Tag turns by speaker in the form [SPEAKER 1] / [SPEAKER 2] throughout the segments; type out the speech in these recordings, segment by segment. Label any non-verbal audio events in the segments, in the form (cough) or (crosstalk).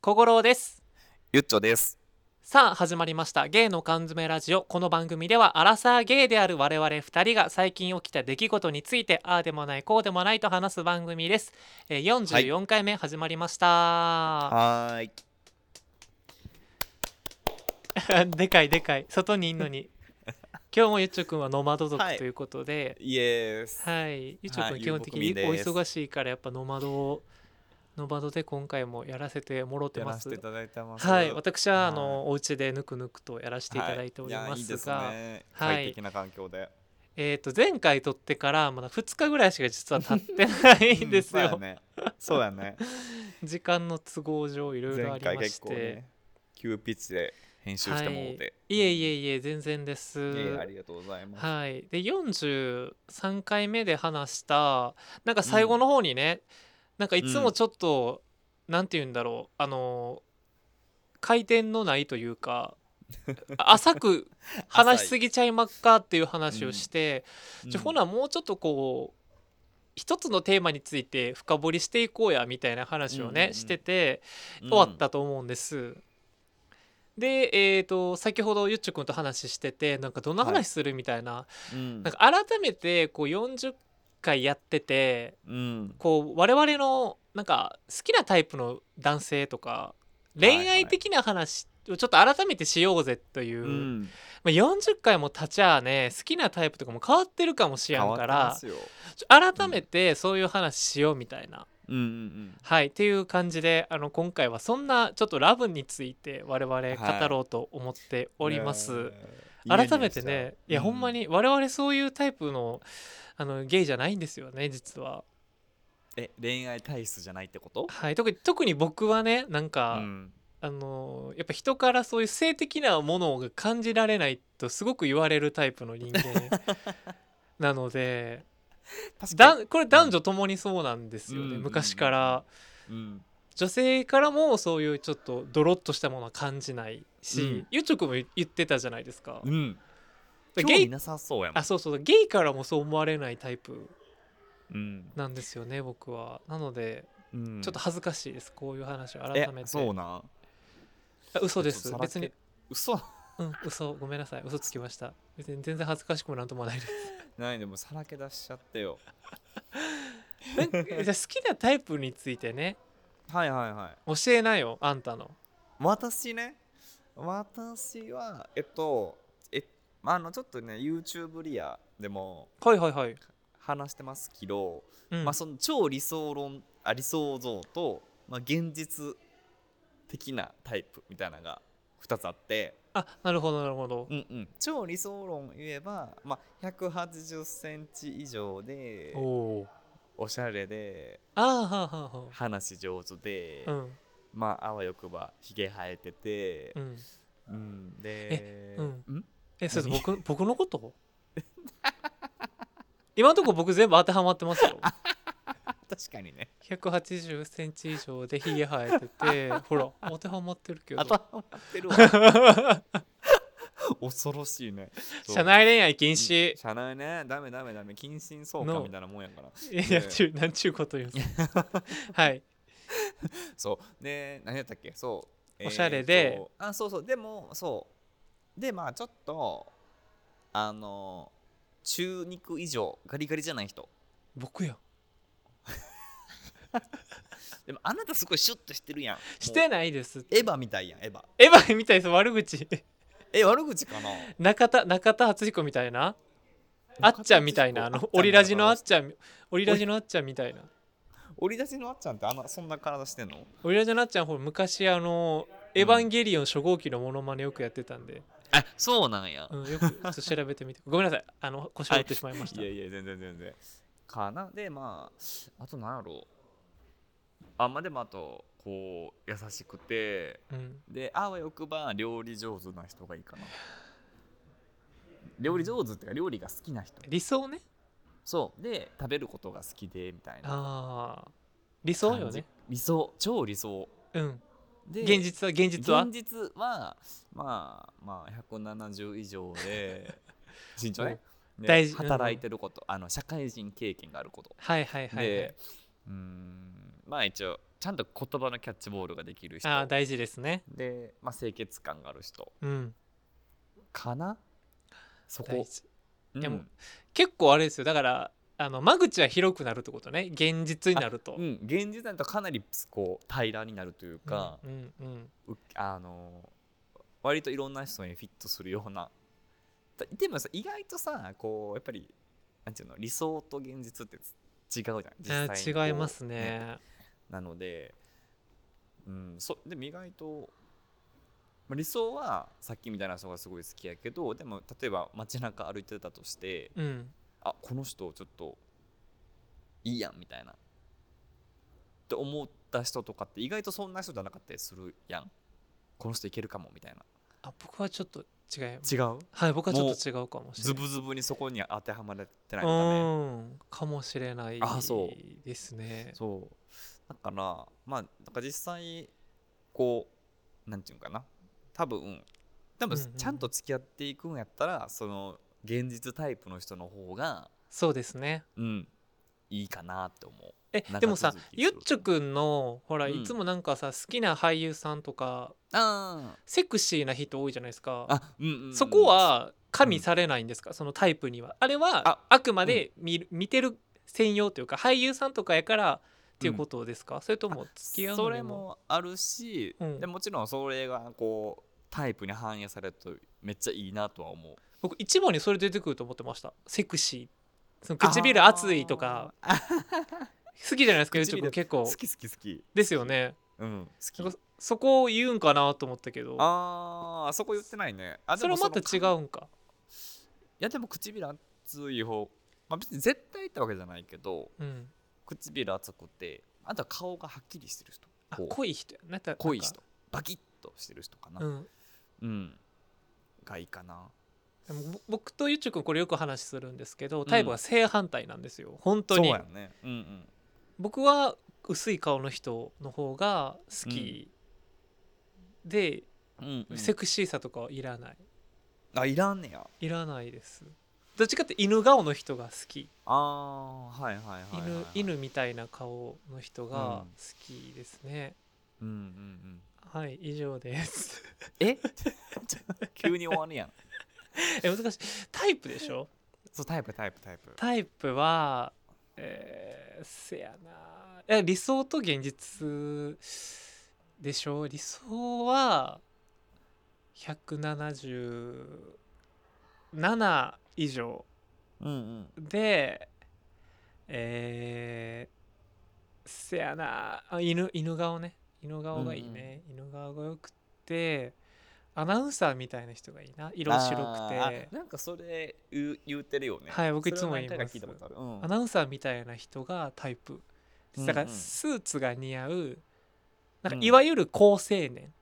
[SPEAKER 1] 小五郎です
[SPEAKER 2] ゆっちょです。
[SPEAKER 1] さあ始まりましたゲイの缶詰ラジオこの番組ではアラサーゲイである我々2人が最近起きた出来事についてああでもないこうでもないと話す番組です、えー、44回目始まりました、
[SPEAKER 2] はーい。
[SPEAKER 1] (laughs) でかいでかい外にいんの
[SPEAKER 2] (laughs)
[SPEAKER 1] に今日もゆっちょくんはノマド族ということで、
[SPEAKER 2] イエース。
[SPEAKER 1] はいゆっちょく
[SPEAKER 2] は
[SPEAKER 1] ん
[SPEAKER 2] い
[SPEAKER 1] 基本的に
[SPEAKER 2] 遊牧民
[SPEAKER 1] お
[SPEAKER 2] です
[SPEAKER 1] 忙しいからやっぱノマドをノマドで今回もやらせてもろて
[SPEAKER 2] や
[SPEAKER 1] ま
[SPEAKER 2] らせ
[SPEAKER 1] す
[SPEAKER 2] ていただいてます。
[SPEAKER 1] はい、私はあ
[SPEAKER 2] は
[SPEAKER 1] のお家でぬくぬくとやらせていただいておりま
[SPEAKER 2] はいいやいい
[SPEAKER 1] す
[SPEAKER 2] です
[SPEAKER 1] が、
[SPEAKER 2] ね。
[SPEAKER 1] はい
[SPEAKER 2] 快適な環境で。
[SPEAKER 1] えっ、と前回撮ってからまだ2日ぐらいしか実は経って (laughs) ないんです
[SPEAKER 2] うん
[SPEAKER 1] よ、
[SPEAKER 2] そうやね。そうやね。
[SPEAKER 1] 時間の都合上いろいろあ
[SPEAKER 2] 前
[SPEAKER 1] り
[SPEAKER 2] 回
[SPEAKER 1] まし
[SPEAKER 2] 結構
[SPEAKER 1] て
[SPEAKER 2] ね、急ピッチで編集してもうて。
[SPEAKER 1] いえいえいえ全然です、
[SPEAKER 2] えーありがとうございます。
[SPEAKER 1] はい、で43回目で話したなんか最後の方にね、なんかいつもちょっと、なんて言うんだろうあの回転のないというか浅く話しすぎちゃいまっかっていう話をして、じゃあほなもうちょっとこう一つのテーマについて深掘りしていこうやみたいな話をね、
[SPEAKER 2] うんうんうん
[SPEAKER 1] してて
[SPEAKER 2] うん、
[SPEAKER 1] 終わったと思うんです。で、えー、と先ほどゆっちょくんと話しててなんかどんな
[SPEAKER 2] はい
[SPEAKER 1] 話するみたいな、
[SPEAKER 2] うん。
[SPEAKER 1] なんか改めてこう40回やってて
[SPEAKER 2] うん。
[SPEAKER 1] こう我々のなんか好きなタイプの男性とか
[SPEAKER 2] はい
[SPEAKER 1] 恋愛的な話をちょっと改めてしようぜという、
[SPEAKER 2] うん。
[SPEAKER 1] まあ、40回も経ちゃあね好きなタイプとかも変わってるかもしれ
[SPEAKER 2] 変わ
[SPEAKER 1] ん
[SPEAKER 2] って
[SPEAKER 1] か
[SPEAKER 2] ま
[SPEAKER 1] ら
[SPEAKER 2] すよ。
[SPEAKER 1] ちょ改めてそういう話しようみたいな、
[SPEAKER 2] うんうん
[SPEAKER 1] はいっていう感じであの今回はそんなちょっとラブについて我々
[SPEAKER 2] はい
[SPEAKER 1] 語ろうと思って
[SPEAKER 2] うん。
[SPEAKER 1] おります。
[SPEAKER 2] ねえ。
[SPEAKER 1] 改めてねいや、
[SPEAKER 2] うん
[SPEAKER 1] ほんま。に我々そういうタイプのあのゲイじゃないんですよね実は、
[SPEAKER 2] え、恋愛体質じゃないってこと？
[SPEAKER 1] はい、特に特に僕はねなん
[SPEAKER 2] う
[SPEAKER 1] か、
[SPEAKER 2] ん。
[SPEAKER 1] あのやっぱ人からそういう性的なものが感じられないとすごく言われるタイプの
[SPEAKER 2] (laughs)
[SPEAKER 1] 人間なので
[SPEAKER 2] 確か
[SPEAKER 1] だ
[SPEAKER 2] に。
[SPEAKER 1] んこれ男女ともにそうなんですよね、
[SPEAKER 2] うん
[SPEAKER 1] 昔から
[SPEAKER 2] うん。
[SPEAKER 1] 女性からもそういうちょっとドロッとしたものは感じないし、
[SPEAKER 2] うん
[SPEAKER 1] ゆうちょくんも言ってたじゃないですか、
[SPEAKER 2] うん。興
[SPEAKER 1] ゲ
[SPEAKER 2] 味
[SPEAKER 1] イ
[SPEAKER 2] なさそうやもん
[SPEAKER 1] あ。そうそうゲイからもそう思われないタイプ
[SPEAKER 2] うん。
[SPEAKER 1] なんですよね僕はなので
[SPEAKER 2] うん
[SPEAKER 1] ちょっと恥ずかしいです、こういう話を改
[SPEAKER 2] え
[SPEAKER 1] めて
[SPEAKER 2] そうなん
[SPEAKER 1] あ嘘で
[SPEAKER 2] ち
[SPEAKER 1] す
[SPEAKER 2] ょっと
[SPEAKER 1] 別
[SPEAKER 2] さら
[SPEAKER 1] に
[SPEAKER 2] け嘘
[SPEAKER 1] うん嘘ごめんなさい嘘つきました別に全然恥ずかしくもなんと
[SPEAKER 2] (laughs)
[SPEAKER 1] もないです
[SPEAKER 2] ないでもさらけ出しちゃってよ
[SPEAKER 1] なんかじゃあ好きなタイプについてね
[SPEAKER 2] はいはいはい
[SPEAKER 1] 教えなよあんたの
[SPEAKER 2] 私ね私はえっとえまああのちょっとね YouTube リアでも
[SPEAKER 1] はいはいはい、
[SPEAKER 2] 話してますけど、
[SPEAKER 1] うん
[SPEAKER 2] まあその超理想論あ理想像と、まあ、現実的なタイプみたいなのが2つあって、
[SPEAKER 1] あなるほどなるほど、
[SPEAKER 2] うんうん、超理想論言えば、まあ、1 8 0ンチ以上で
[SPEAKER 1] おお
[SPEAKER 2] おしゃれで
[SPEAKER 1] あーはあはあは
[SPEAKER 2] 話上手で、
[SPEAKER 1] あうん
[SPEAKER 2] まああわよくばひげ生えてて
[SPEAKER 1] う、ん
[SPEAKER 2] うんで、
[SPEAKER 1] うん
[SPEAKER 2] ん
[SPEAKER 1] えそれ
[SPEAKER 2] 何
[SPEAKER 1] 僕僕のこと (laughs) 今のところ僕全部当てはまってますよ
[SPEAKER 2] 確かにね
[SPEAKER 1] 1 8 0ンチ以上でひげ生えて (laughs) てほら当てはまってるけど
[SPEAKER 2] 頭回ってるわ
[SPEAKER 1] (laughs)
[SPEAKER 2] 恐ろしいねそう
[SPEAKER 1] 社内恋愛禁
[SPEAKER 2] う
[SPEAKER 1] 止
[SPEAKER 2] ん。社内ねダメダメダメ謹慎そうか
[SPEAKER 1] No
[SPEAKER 2] みたいなもんやから
[SPEAKER 1] (laughs) いや、ちゅう、なんちゅうこと言うんすか (laughs) はい。
[SPEAKER 2] そうで何やったっけそう
[SPEAKER 1] おしゃれで
[SPEAKER 2] えーとあそうそうでもそうでまあちょっとあの中肉以上ガリガリじゃない人
[SPEAKER 1] 僕やん。
[SPEAKER 2] でもあなたすごいシュッとしてるやん
[SPEAKER 1] して
[SPEAKER 2] も
[SPEAKER 1] ないです。
[SPEAKER 2] うエヴァみたいやんエヴァ
[SPEAKER 1] エヴァみたいです、悪口。 (laughs)
[SPEAKER 2] え悪口かな
[SPEAKER 1] 中田、中田敦彦みたいな。あっちゃんみたいな、あの、オリラジのあっちゃん、オリラジのあっちゃんみたいな。
[SPEAKER 2] 折り出しのあっちゃんってあんなそんな体してんの
[SPEAKER 1] オリラジのあっちゃん、ほら、昔、あの、エヴァンゲリオン初号機のモノマネよくやってたんで、
[SPEAKER 2] あそうなんや
[SPEAKER 1] うん、よくちょっと調べてみて。ごめんなさい、あの、腰折ってしまいまし
[SPEAKER 2] い
[SPEAKER 1] た。
[SPEAKER 2] やいや全然全然かなでまああとなんやろうあんまあでもあとこう優しくて
[SPEAKER 1] うん。
[SPEAKER 2] であわよくば料理上手な人がいいかな料理上手っていうか料理が好きな人
[SPEAKER 1] 理想ね。
[SPEAKER 2] そうで食べることが好きでみたいな
[SPEAKER 1] ああ。理想よ
[SPEAKER 2] 感じ
[SPEAKER 1] ね。
[SPEAKER 2] 理想超理想
[SPEAKER 1] うん。
[SPEAKER 2] で
[SPEAKER 1] 現実は、現実は
[SPEAKER 2] 現。実はまあまあ170以上
[SPEAKER 1] (laughs)
[SPEAKER 2] で身長ねで
[SPEAKER 1] 大事
[SPEAKER 2] 働いてること、あの社会人経験があること、
[SPEAKER 1] はいはいはいはい。
[SPEAKER 2] でうーんまあ一応ちゃんと言葉のキャッチボールができる人
[SPEAKER 1] ああ大事ですね
[SPEAKER 2] で、まあ、清潔感がある人
[SPEAKER 1] うん
[SPEAKER 2] かなそ
[SPEAKER 1] 大
[SPEAKER 2] こ、
[SPEAKER 1] 事
[SPEAKER 2] うん
[SPEAKER 1] でも結構あれですよだからあの間口は広くなるってことね現実になると
[SPEAKER 2] うん、現実だとかなりこう平らになるというか、
[SPEAKER 1] うんうん
[SPEAKER 2] うあの割といろんな人にフィットするようなだでもさ意外とさこうやっぱりなんていうの理想と現実ってつ違うじゃん
[SPEAKER 1] うんあ
[SPEAKER 2] 実際にこう
[SPEAKER 1] ー違いますね
[SPEAKER 2] なので、うん、そでも意外と、まあ、理想はさっきみたいな人がすごい好きやけどでも例えば街中歩いてたとして
[SPEAKER 1] うん
[SPEAKER 2] あこの人ちょっといいやんみたいなって思った人とかって意外とそんな人じゃなかったりするやんこの人いけるかもみたいな
[SPEAKER 1] あ僕はちょっと違い
[SPEAKER 2] 違う
[SPEAKER 1] はい僕はちょっと違うかもし
[SPEAKER 2] ズ
[SPEAKER 1] れない
[SPEAKER 2] ブズブにそこに当てはまれてないの
[SPEAKER 1] うんかもしれない
[SPEAKER 2] あそ
[SPEAKER 1] ですね
[SPEAKER 2] ねそうだからまあだから実際こうなんていうんかな多分多分
[SPEAKER 1] うんうん
[SPEAKER 2] ちゃんと付き合っていくんやったら、その現実タイプの人の方が
[SPEAKER 1] そうですね
[SPEAKER 2] うんいいかなって思う
[SPEAKER 1] え
[SPEAKER 2] 長
[SPEAKER 1] でもさ
[SPEAKER 2] 続きす
[SPEAKER 1] ゆっ
[SPEAKER 2] る
[SPEAKER 1] ちょくんのほら、
[SPEAKER 2] うん
[SPEAKER 1] いつもなんかさ好きな俳優さんとか
[SPEAKER 2] あ
[SPEAKER 1] セクシーな人多いじゃないですか
[SPEAKER 2] あ、うんうんうん
[SPEAKER 1] そこは加味されないんですか、そのタイプにはあれはあ
[SPEAKER 2] あ
[SPEAKER 1] くまで見,、る見てる専用というか俳優さんとかやからっていうことですか、それとも付き合う
[SPEAKER 2] そ
[SPEAKER 1] の
[SPEAKER 2] れ
[SPEAKER 1] にも
[SPEAKER 2] もあるし、
[SPEAKER 1] うん
[SPEAKER 2] でもちろんそれがこうタイプに反映されるとめっちゃいいなとは思う
[SPEAKER 1] 僕一番にそれ出てくると思ってましたセクシーその唇熱いとか
[SPEAKER 2] あー
[SPEAKER 1] 好きじゃないですかゆうちょくん
[SPEAKER 2] 唇
[SPEAKER 1] 結構
[SPEAKER 2] 好き好き好き
[SPEAKER 1] ですよね
[SPEAKER 2] うん
[SPEAKER 1] な
[SPEAKER 2] 好
[SPEAKER 1] ん
[SPEAKER 2] き
[SPEAKER 1] かそこを言うんかなと思ったけど
[SPEAKER 2] あーあそこ言ってないねあ
[SPEAKER 1] それはまた違
[SPEAKER 2] ういう
[SPEAKER 1] うんか
[SPEAKER 2] やでも唇熱い方まあ別に絶対ってわけじゃないけど
[SPEAKER 1] うん
[SPEAKER 2] 唇熱くてあとは顔がはっきりしてる人
[SPEAKER 1] あ
[SPEAKER 2] こう
[SPEAKER 1] 濃い人やなたなんか
[SPEAKER 2] 濃い人バキッとしてる人かな
[SPEAKER 1] う、ん
[SPEAKER 2] うんがいいかな
[SPEAKER 1] でもぼ僕とゆうちょくんこれよく話するんですけどタイプは正反対なんですよ本当
[SPEAKER 2] そう
[SPEAKER 1] に
[SPEAKER 2] やねうんうん
[SPEAKER 1] 僕は薄い顔の人の方が好き、で、
[SPEAKER 2] うんうん
[SPEAKER 1] セクシーさとかはいらない
[SPEAKER 2] あいらんねや
[SPEAKER 1] いらないですどっちかって犬顔の人が好き
[SPEAKER 2] あーはいはいはいはい
[SPEAKER 1] 犬
[SPEAKER 2] はい
[SPEAKER 1] 犬みたいな顔の人が好きですね、
[SPEAKER 2] うんうんうん
[SPEAKER 1] はい以上です (laughs)
[SPEAKER 2] え急に終わるやん
[SPEAKER 1] え難しいタイプでしょ
[SPEAKER 2] そうタイプタイプタイプ
[SPEAKER 1] タイプはえー、せやなえ理想と現実でしょ理想は177以上
[SPEAKER 2] うんうん
[SPEAKER 1] でえー、せやなあ犬犬顔ね犬顔がいいね、犬顔がよくてアナウンサーみたいな人がいいな色白く
[SPEAKER 2] あ
[SPEAKER 1] て
[SPEAKER 2] ーあなんかそれ言う言うてるよね
[SPEAKER 1] はい僕
[SPEAKER 2] それはい
[SPEAKER 1] つも言い
[SPEAKER 2] 何回か
[SPEAKER 1] ます
[SPEAKER 2] 聞いたことある、う
[SPEAKER 1] ア
[SPEAKER 2] ん、
[SPEAKER 1] ナウンサーみたいな人がタイプ
[SPEAKER 2] うん
[SPEAKER 1] だから
[SPEAKER 2] うん
[SPEAKER 1] スーツが似合うなんか
[SPEAKER 2] うん
[SPEAKER 1] いわゆる好青年、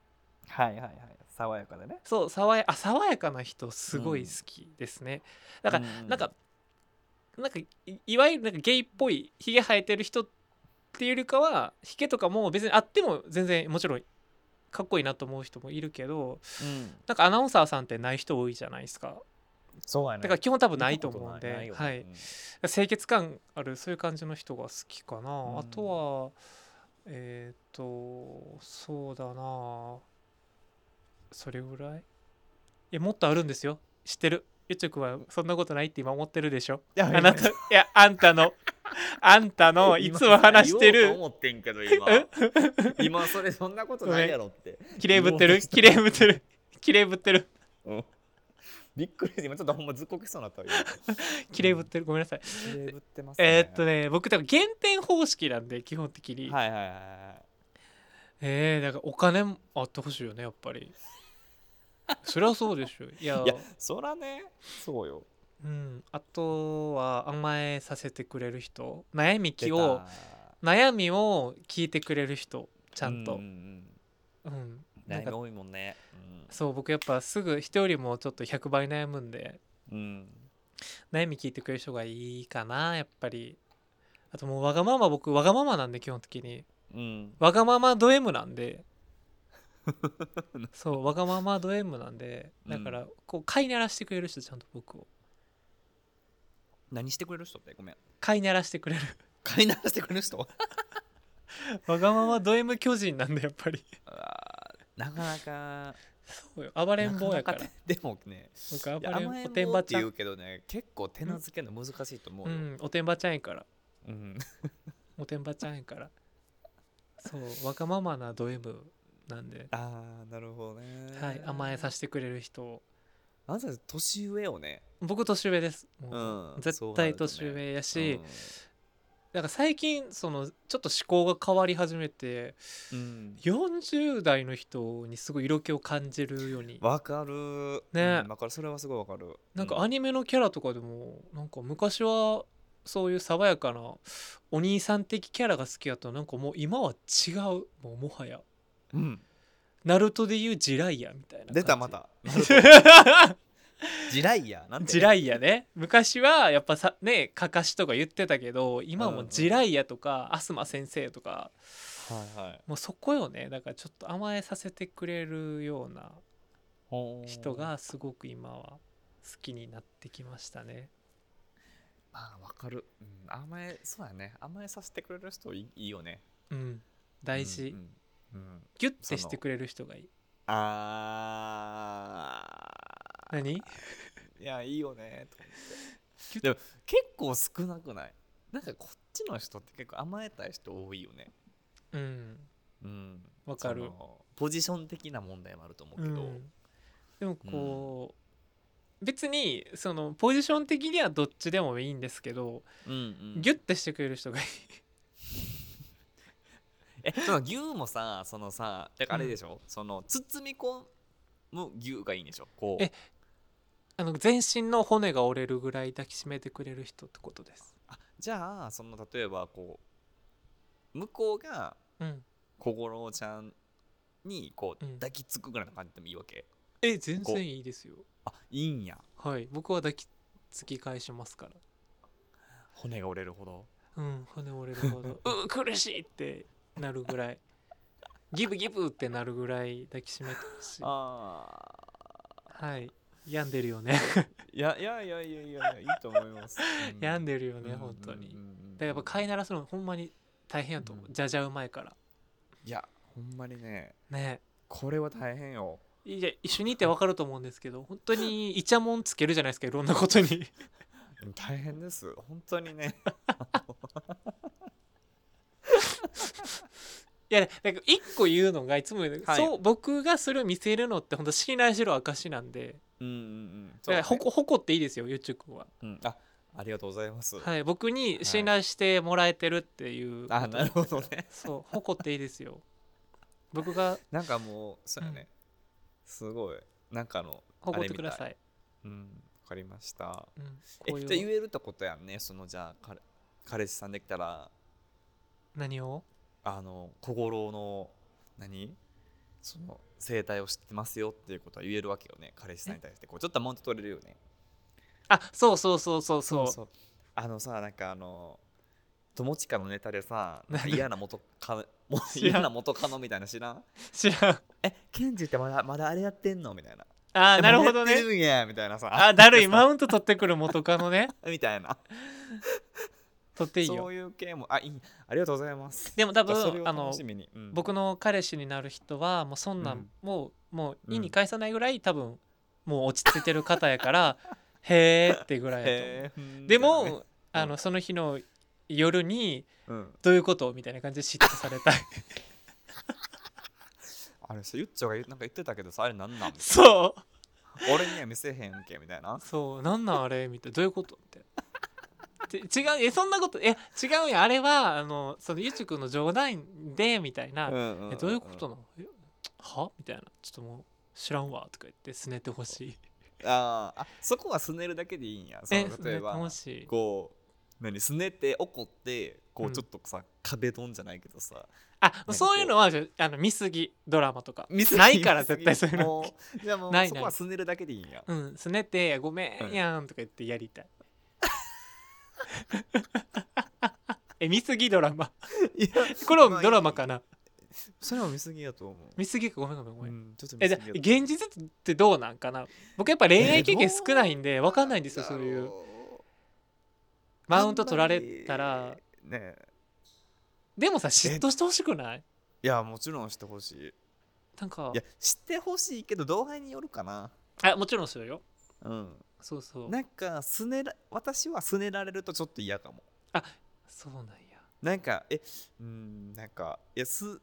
[SPEAKER 2] はいはいはい爽やかでね
[SPEAKER 1] そう爽やあ爽やかな人すごい好きですね、だから、
[SPEAKER 2] う
[SPEAKER 1] なんかなんかいいわゆるなんかゲイっぽいひげ生えてる人っていうよりかはひげとかも別にあっても全然もちろんかっこいいなと思う人もいるけど
[SPEAKER 2] うん
[SPEAKER 1] なんかアナウンサーさんってない人多いじゃないですか
[SPEAKER 2] そうやね
[SPEAKER 1] だから基本多分
[SPEAKER 2] 見た
[SPEAKER 1] ないと
[SPEAKER 2] こ
[SPEAKER 1] 思うんで
[SPEAKER 2] ななよね
[SPEAKER 1] はい、清潔感あるそういう感じの人が好きかな、
[SPEAKER 2] うん
[SPEAKER 1] あとはえっ、とそうだなそれぐらいいやもっとあるんですよ知ってるゆっちょくんはそんなことないって今思ってるでしょ
[SPEAKER 2] いや
[SPEAKER 1] あなたいやあんたのあんた
[SPEAKER 2] (laughs)
[SPEAKER 1] のいつも話して
[SPEAKER 2] 言おう
[SPEAKER 1] る
[SPEAKER 2] と思ってんけ
[SPEAKER 1] (laughs)
[SPEAKER 2] ど今今それそんなことないやろって、
[SPEAKER 1] きれいぶって
[SPEAKER 2] 言おう
[SPEAKER 1] る
[SPEAKER 2] とした
[SPEAKER 1] きれいぶってるきれいぶってる
[SPEAKER 2] うんびっくりして今ちょっとほんまずっこけそうになったわ
[SPEAKER 1] (laughs) きれいぶってるごめんなさい
[SPEAKER 2] 今揺れぶってますね
[SPEAKER 1] えーっとね僕多分減点方式なんで基本的に、
[SPEAKER 2] はいはいはいはい
[SPEAKER 1] えー、だからお金もあってほしいよねやっぱ
[SPEAKER 2] (laughs)
[SPEAKER 1] りそりゃそうでしょいや
[SPEAKER 2] いやそらねそうよ
[SPEAKER 1] うん、あとは甘えさせてくれる人悩み気
[SPEAKER 2] 出た
[SPEAKER 1] を悩みを聞いてくれる人ちゃん
[SPEAKER 2] う
[SPEAKER 1] と
[SPEAKER 2] んう、ん
[SPEAKER 1] うん
[SPEAKER 2] うん
[SPEAKER 1] なん
[SPEAKER 2] 悩み
[SPEAKER 1] か
[SPEAKER 2] 多いもんね
[SPEAKER 1] そう僕やっぱすぐ人よりもちょっと100倍悩むんで
[SPEAKER 2] うん、うん、
[SPEAKER 1] 悩み聞いてくれる人がいいかなやっぱりあともうわがまま僕わがままなんで基本的に
[SPEAKER 2] うん、
[SPEAKER 1] わがままド M なん
[SPEAKER 2] (laughs)
[SPEAKER 1] でそうわがままド M なんでだからこう飼いならしてくれる人ちゃんと僕を
[SPEAKER 2] 何してくれる人ってごめん
[SPEAKER 1] 飼いならしてくれる (laughs)
[SPEAKER 2] 飼いならしてくれる人
[SPEAKER 1] わがままド M 巨人なんだやっぱり
[SPEAKER 2] (laughs) あーなかなか
[SPEAKER 1] そうよ暴れん坊やから
[SPEAKER 2] ななてでもね
[SPEAKER 1] 僕
[SPEAKER 2] いや
[SPEAKER 1] 暴れ
[SPEAKER 2] 甘え
[SPEAKER 1] んお
[SPEAKER 2] ん
[SPEAKER 1] てん
[SPEAKER 2] 坊っ
[SPEAKER 1] ば
[SPEAKER 2] て
[SPEAKER 1] ちゃ
[SPEAKER 2] 言
[SPEAKER 1] ん
[SPEAKER 2] うけどね結構手なずけるの難しいと思う
[SPEAKER 1] う
[SPEAKER 2] よ、
[SPEAKER 1] んおてんばちゃんやから
[SPEAKER 2] うん
[SPEAKER 1] おてんばちゃんやからそうわがままなド M なんで、
[SPEAKER 2] ああなるほどね
[SPEAKER 1] はい、甘えさ
[SPEAKER 2] せ
[SPEAKER 1] せてくれる人
[SPEAKER 2] あなた年上をね
[SPEAKER 1] 僕年上ですもう、
[SPEAKER 2] うん
[SPEAKER 1] 絶対年
[SPEAKER 2] そうなるとね
[SPEAKER 1] 上やし、なんか最近そのちょっと思考が変わり始めて
[SPEAKER 2] うん
[SPEAKER 1] 40代の人にすごい色気を感じるように
[SPEAKER 2] わかる
[SPEAKER 1] ね
[SPEAKER 2] うんわかるそれはすごいわかる
[SPEAKER 1] なんか
[SPEAKER 2] あ
[SPEAKER 1] アニメのキャラとかでもなんか昔はそういう爽やかなお兄さん的キャラが好きやったのなんかもう今は違うもうもはや
[SPEAKER 2] うん
[SPEAKER 1] ナルトでいうジライヤみたいな感じ
[SPEAKER 2] 出たまた地雷やなんて
[SPEAKER 1] ジライヤね昔はやっぱさねかかしとか言ってたけど今はもうジライヤとか、アスマ先生とか
[SPEAKER 2] はいはい
[SPEAKER 1] もうそこよねだからちょっと甘えさせてくれるような
[SPEAKER 2] ほー
[SPEAKER 1] 人がすごく今は好きになってきましたね
[SPEAKER 2] まあわかる、うん、甘えそうやね甘えさせてくれる人いいいよね
[SPEAKER 1] うん大事、
[SPEAKER 2] うんうんうん
[SPEAKER 1] ギュッてしてくれる人がいい
[SPEAKER 2] あー
[SPEAKER 1] 何
[SPEAKER 2] いやいいよねと思っ
[SPEAKER 1] キュ
[SPEAKER 2] て
[SPEAKER 1] ッ
[SPEAKER 2] でも結構少なくないなんかこっちの人って結構甘えたい人多いよね
[SPEAKER 1] うん
[SPEAKER 2] うん
[SPEAKER 1] わかる
[SPEAKER 2] そのポジション的な問題もあると思うけど、
[SPEAKER 1] うんでもこう、別にそのポジション的にはどっちでもいいんですけど、
[SPEAKER 2] うんうん
[SPEAKER 1] ギュッてしてくれる人がいい (laughs)
[SPEAKER 2] えその牛もさそのさだからあれでしょ、その包み込む牛がいいんでしょこう
[SPEAKER 1] えあの全身の骨が折れるぐらい抱きしめてくれる人ってことです
[SPEAKER 2] あじゃあその例えばこう向こうが
[SPEAKER 1] うん
[SPEAKER 2] 小五郎ちゃんにこう
[SPEAKER 1] うん
[SPEAKER 2] 抱きつくぐらいの感じでもいいわけ、
[SPEAKER 1] え全
[SPEAKER 2] こう
[SPEAKER 1] 然いいですよ
[SPEAKER 2] あいいんや
[SPEAKER 1] はい僕は抱きつき返しますから
[SPEAKER 2] 骨が折れるほど
[SPEAKER 1] うん骨折れる
[SPEAKER 2] (laughs)
[SPEAKER 1] ほどうう苦しいってなるぐらいギブギブってなるぐらい抱きしめてほしい
[SPEAKER 2] あ
[SPEAKER 1] はい病んでるよね
[SPEAKER 2] いやいやいやいやいやいいと思います、
[SPEAKER 1] (laughs) 病ん
[SPEAKER 2] で
[SPEAKER 1] でるよね本当に、だからやっぱ飼い
[SPEAKER 2] な
[SPEAKER 1] 鳴らすのほんまに大変やと思う、
[SPEAKER 2] うん
[SPEAKER 1] じゃじゃうまいから
[SPEAKER 2] いやほんまにね
[SPEAKER 1] ね
[SPEAKER 2] これは大変よ
[SPEAKER 1] いや一緒にいて分かると思うんですけど本当にイチャモンつけるじゃないですかいろんなこと
[SPEAKER 2] (laughs)
[SPEAKER 1] に
[SPEAKER 2] 大変です本当にね
[SPEAKER 1] いやなんか一個言うのがいつも言うの、
[SPEAKER 2] はい
[SPEAKER 1] そう僕がそれを見せるのって本当信頼してる証なんで
[SPEAKER 2] うんうんうん
[SPEAKER 1] だから
[SPEAKER 2] そうね
[SPEAKER 1] 誇誇っていいですよゆっちゅくんは、
[SPEAKER 2] うん、あありがとうございます。
[SPEAKER 1] はい、僕に信頼してもらえてるっていう、
[SPEAKER 2] あなるほどね。
[SPEAKER 1] そう誇っていいですよ僕が
[SPEAKER 2] (laughs) なんかもうそうやね、すごいなんかあの
[SPEAKER 1] 誇ってくだ
[SPEAKER 2] い。
[SPEAKER 1] さい、
[SPEAKER 2] うんわかりました。
[SPEAKER 1] うん、
[SPEAKER 2] え
[SPEAKER 1] こう
[SPEAKER 2] じゃあ言
[SPEAKER 1] いう
[SPEAKER 2] えるってことやんねそのじゃあ彼彼氏さんできたら
[SPEAKER 1] 何を
[SPEAKER 2] あの小五郎の何その生態を知ってますよっていうことは言えるわけよね彼氏さんに対してこうちょっとマウント取れるよね。
[SPEAKER 1] あそうそうそうそうそう
[SPEAKER 2] う。あのさなんかあの友近のネタでさなんか嫌な元カノ
[SPEAKER 1] 知らん
[SPEAKER 2] 嫌な元カノみたいなの知らん
[SPEAKER 1] 知らん
[SPEAKER 2] えケンジってまだまだあれやってんのみたいな
[SPEAKER 1] あー
[SPEAKER 2] え
[SPEAKER 1] なるほど
[SPEAKER 2] ま
[SPEAKER 1] ね
[SPEAKER 2] だやってるんやみたいなさ
[SPEAKER 1] あだるいマウント取ってくる元カノね
[SPEAKER 2] (laughs) みたいな
[SPEAKER 1] 取っていい
[SPEAKER 2] (laughs) そ
[SPEAKER 1] よ
[SPEAKER 2] ういう系もあいいありがとうございます
[SPEAKER 1] でも多
[SPEAKER 2] それ
[SPEAKER 1] 分
[SPEAKER 2] を
[SPEAKER 1] あの
[SPEAKER 2] 楽しみに、うん
[SPEAKER 1] 僕の彼氏になる人はもうそんなん、
[SPEAKER 2] うん
[SPEAKER 1] もうもう
[SPEAKER 2] うん
[SPEAKER 1] 家に返さないぐらい多分もう落ち着いてる方やからへーってぐらいやと思う
[SPEAKER 2] へー
[SPEAKER 1] で
[SPEAKER 2] みたいなね
[SPEAKER 1] もあのその日の夜に
[SPEAKER 2] うん、
[SPEAKER 1] どういうことみたいな感じで嫉妬されたい (laughs)
[SPEAKER 2] あれさゆっちょが言うなんか言ってたけどさあれなんなんみたい
[SPEAKER 1] そ
[SPEAKER 2] な俺には見せへんけみたいな
[SPEAKER 1] うそうなんなんあれみたいなどういうことみたいな。て違うえそんなことえ違うんやあれはあのそのゆうちくんの冗談でみたいな、
[SPEAKER 2] んんん
[SPEAKER 1] えどういうことなのえはみたいなちょっともう知らんわとか言ってすねてほしい
[SPEAKER 2] あーあそこはすねるだけでいいんやその
[SPEAKER 1] えす
[SPEAKER 2] 例え
[SPEAKER 1] ねて
[SPEAKER 2] ば
[SPEAKER 1] ほしい
[SPEAKER 2] こう何すねて怒ってこ
[SPEAKER 1] う
[SPEAKER 2] うんちょっとさ、壁ドンじゃないけどさ
[SPEAKER 1] あ
[SPEAKER 2] こう
[SPEAKER 1] そういうのはじゃあの見すぎドラマとか
[SPEAKER 2] 見すぎ
[SPEAKER 1] ないから
[SPEAKER 2] 見す
[SPEAKER 1] 絶
[SPEAKER 2] ぎ
[SPEAKER 1] 対そういうの
[SPEAKER 2] もうじゃあもう
[SPEAKER 1] ないない
[SPEAKER 2] そこはすねるだけでいいんや
[SPEAKER 1] うんすねてごめん
[SPEAKER 2] うん
[SPEAKER 1] やんとか言ってやりたい (laughs) え見すぎドラマ
[SPEAKER 2] いや
[SPEAKER 1] (laughs) これ
[SPEAKER 2] ま
[SPEAKER 1] も
[SPEAKER 2] あ
[SPEAKER 1] ドラマかな
[SPEAKER 2] それは見すぎやと思う
[SPEAKER 1] 見すぎかごめんごめんご
[SPEAKER 2] う
[SPEAKER 1] めん
[SPEAKER 2] んちょっと見
[SPEAKER 1] えじ
[SPEAKER 2] 過
[SPEAKER 1] ゃあ
[SPEAKER 2] ぎやと思う
[SPEAKER 1] 現実ってどうなんかな僕やっぱ恋愛経験
[SPEAKER 2] えどう
[SPEAKER 1] 少ないんで分かんないんですよそうい
[SPEAKER 2] だ
[SPEAKER 1] う
[SPEAKER 2] ろう
[SPEAKER 1] マウント取られたら
[SPEAKER 2] あんまりねえ
[SPEAKER 1] でもさ嫉妬してほしくない
[SPEAKER 2] いやもちろんしてほしい
[SPEAKER 1] なんか
[SPEAKER 2] いや知ってほしいけど同輩によるかな
[SPEAKER 1] あもちろんするよ
[SPEAKER 2] うん
[SPEAKER 1] そうそう
[SPEAKER 2] なんかすねら私はすねられるとちょっと嫌かも
[SPEAKER 1] そうなんや
[SPEAKER 2] なんかえうんなんかいやす